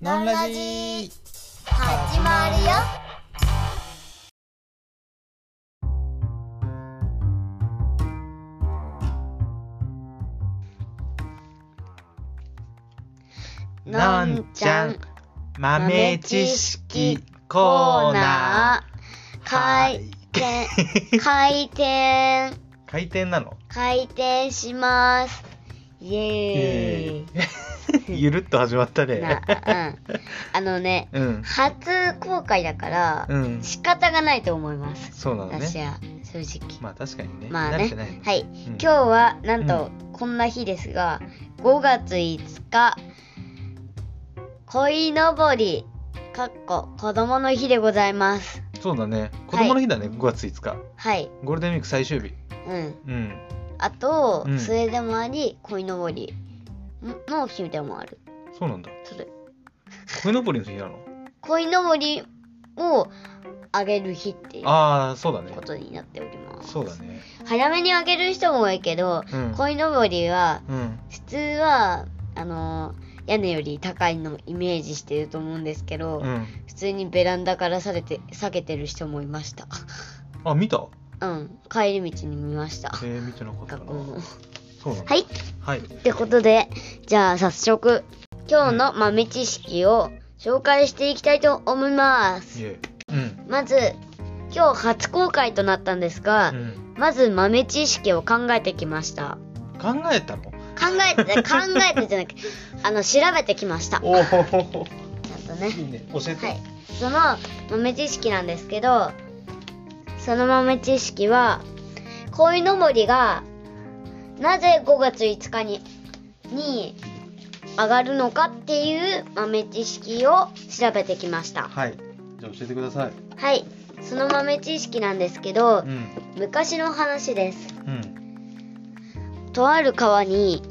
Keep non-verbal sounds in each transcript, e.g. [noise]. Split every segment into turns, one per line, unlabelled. ノンラジー始まるよ
のんちゃん豆知識コーナー
回転回転
回転
[laughs]
なの
回転しますイエーイ、
ゆるっと始まったね
な、うん、あのね
うん
初公開だから、
うん
仕方がないと思います、
そうなの
私
ね
は正直
まあ確かにね、
まあ
慣れ
ね
てないの、
はい、
うん
今日はなんとこんな日ですが5月5日鯉のぼりかっこ子供の日でございます
そうだね子供の日だね、5月5日
はい
ゴールデンウィーク最終日
うん
うん
あと、
うん
それでもあり鯉のぼりの日でもある
そうなんだ
それ
鯉のぼりの日なの
鯉のぼりをあげる日っていう
ああそうだね
ことになっております
そうだね
早めにあげる人も多いけど、
うん
鯉のぼりは
うん
普通はあの屋根より高いのをイメージしてると思うんですけど、
うん
普通にベランダからされて下げてる人もいました [laughs]
あ見た
うん帰り道に見ました
えー、見てなかったな
学校の
そうなんだ
はい
はい
ってことでじゃあ早速今日の豆知識を紹介していきたいと思います
いえうん
まず今日初公開となったんですが、
うん
まず豆知識を考えてきました
考えたの
考えて考えてじゃなくてあの調べてきましたち
おお
ゃんとね
いいね教えて、
はい、その豆知識なんですけどその豆知識は鯉のぼりがなぜ5月5日にに上がるのかっていう豆知識を調べてきました
はい。じゃあ教えてください。
はいその豆知識なんですけど
うん。
昔の話です
うん。
とある川に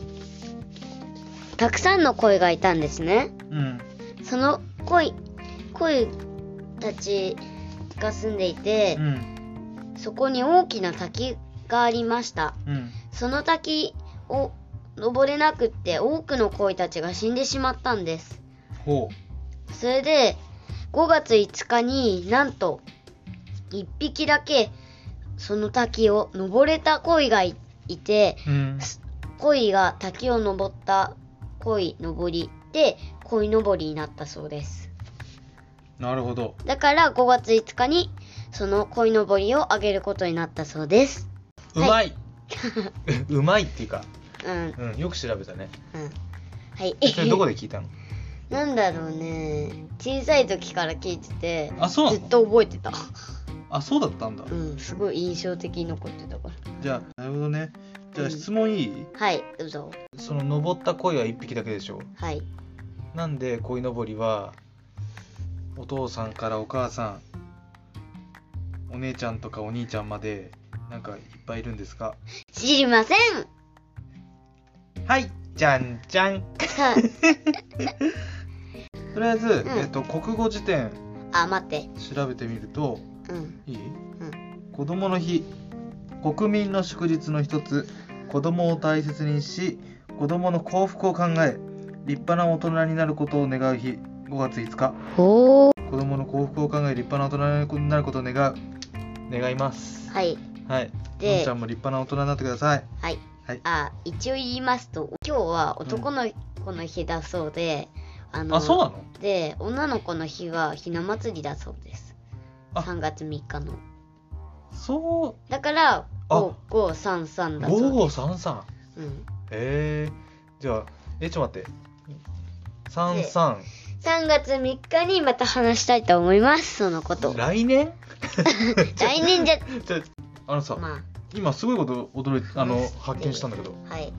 たくさんの鯉がいたんですね
うん。
その鯉鯉たちが住んでいて、
うん。
そこに大きな滝がありました。
うん。
その滝を登れなくって多くの鯉たちが死んでしまったんです。
ほ
それで5月5日になんと1匹だけその滝を登れた鯉がいいて、
う。うん。
鯉が滝を登った鯉登りで鯉登りになったそうです。
なるほど。
だから5月5日にその鯉登りをあげることになったそうです。
う
[laughs]
まい。うまいっていうか、
うん、
うん、よく調べたね。
うんはい。
それどこで聞いたの？
なんだろうね。小さい時から聞いてて、
あ、そうな
ずっ
の？
と覚えてた。
あ、そうだったんだ
う。ん、すごい印象的に残ってたから。
じゃあ、なるほどね。じゃあ質問いい？
はい、どうぞ。
その登った鯉は一匹だけでしょ。
はい。
なんで鯉のぼりはお父さんからお母さん、お姉ちゃんとかお兄ちゃんまでなんかいっぱいいるんですか？
知りま
[laughs]
せん。
はい、じゃんじゃん。
さ
とりあえず、
ん
えっと国語辞典
あ、あ、待って。
調べてみると
うん。
いい、
ん
子供の日国民の祝日の一つ子供を大切にし子供の幸福を考え立派な大人になることを願う日5月5日
ほー。
子供の幸福を考え立派な大人になることを願う願います
はい。
はい
で
のんちゃんも立派な大人になってください
はい。
はい
あ、一応言いますと、今日は男の子の日だそうで、あの、
あそうなの
で、女の子の日はひな祭りだそうです。
あ
3月3日の。
そ
だから、
あ
5、5、3、3
う
だそうで
5533
す。うん。
えー、じゃあえちょっと待って33
3月3日にまた話したいと思いますそのこと
来年
来年じゃ
じゃああのさ、
ま
今すごいこと驚いてあ
う
の
ん
発見したんだけど
あはい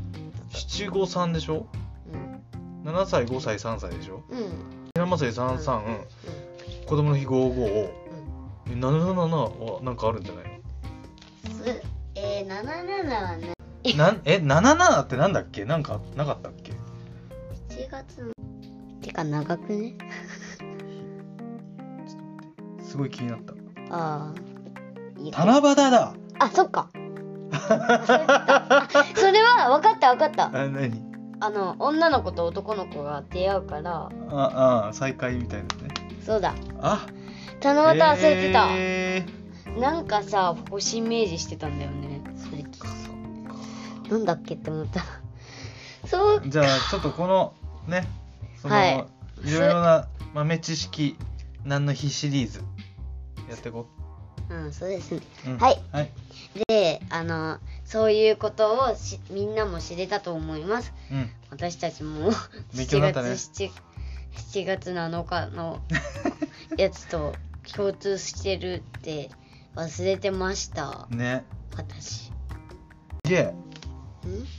七五三でしょ
うん
7歳5歳3歳でしょ
うん
ひな祭り三三、子供の日五五七七はなんかあるんじゃない
すえー、77はね
のなんえ七七ってなんだっけなんかなかったっけ
7月のてか長くね
すごい気になった
ああいい
七夕だ
あそっかそれは分かった分かった
あ何
あの女の子と男の子が出会うから
ああ再会みたいなね
そうだ
あ
七夕忘れてた、
え
なんかさ星イメージしてたんだよね最
ー
近なんだっけって思 [laughs] ったそう
じゃあちょっとこのねその、
はい
い、ろいろな豆知識何の日シリーズやっていこ
うんそうですね
う、うん
はい
はい
であのそういうことをしみんなも知れたと思います
うん
私たち [laughs] も
勉強にな
7
った
月
ね
7, 7月7日 [laughs] のやつと共通してるって忘れてました
ね
私
すげえ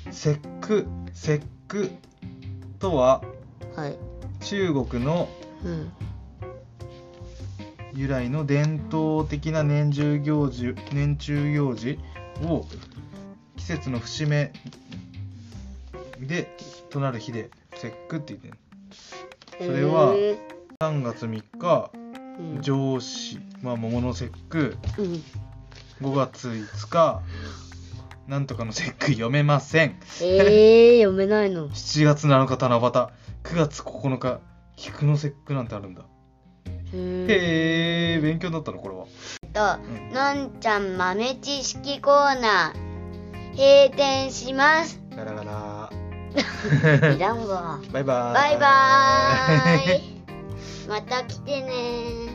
ん
節句節句とは
はい
中国の
うん
由来の伝統的な年中行事年中行事を季節の節目でとなる日で節句って言ってるそれは
え
3月3日
ーうん
上司、まあ、桃の節句
うん
5月5日なんとかの節句読めません
えー、読めない [laughs] の
7月7日七夕9月9日菊の節句なんてあるんだ
え
へえ勉強になったのこれは、
っと
うん
のんちゃん豆知識コーナー閉店します
[laughs] ガラガラ
いらんわ
バイバーイ [laughs]
バイバーイまた来てねー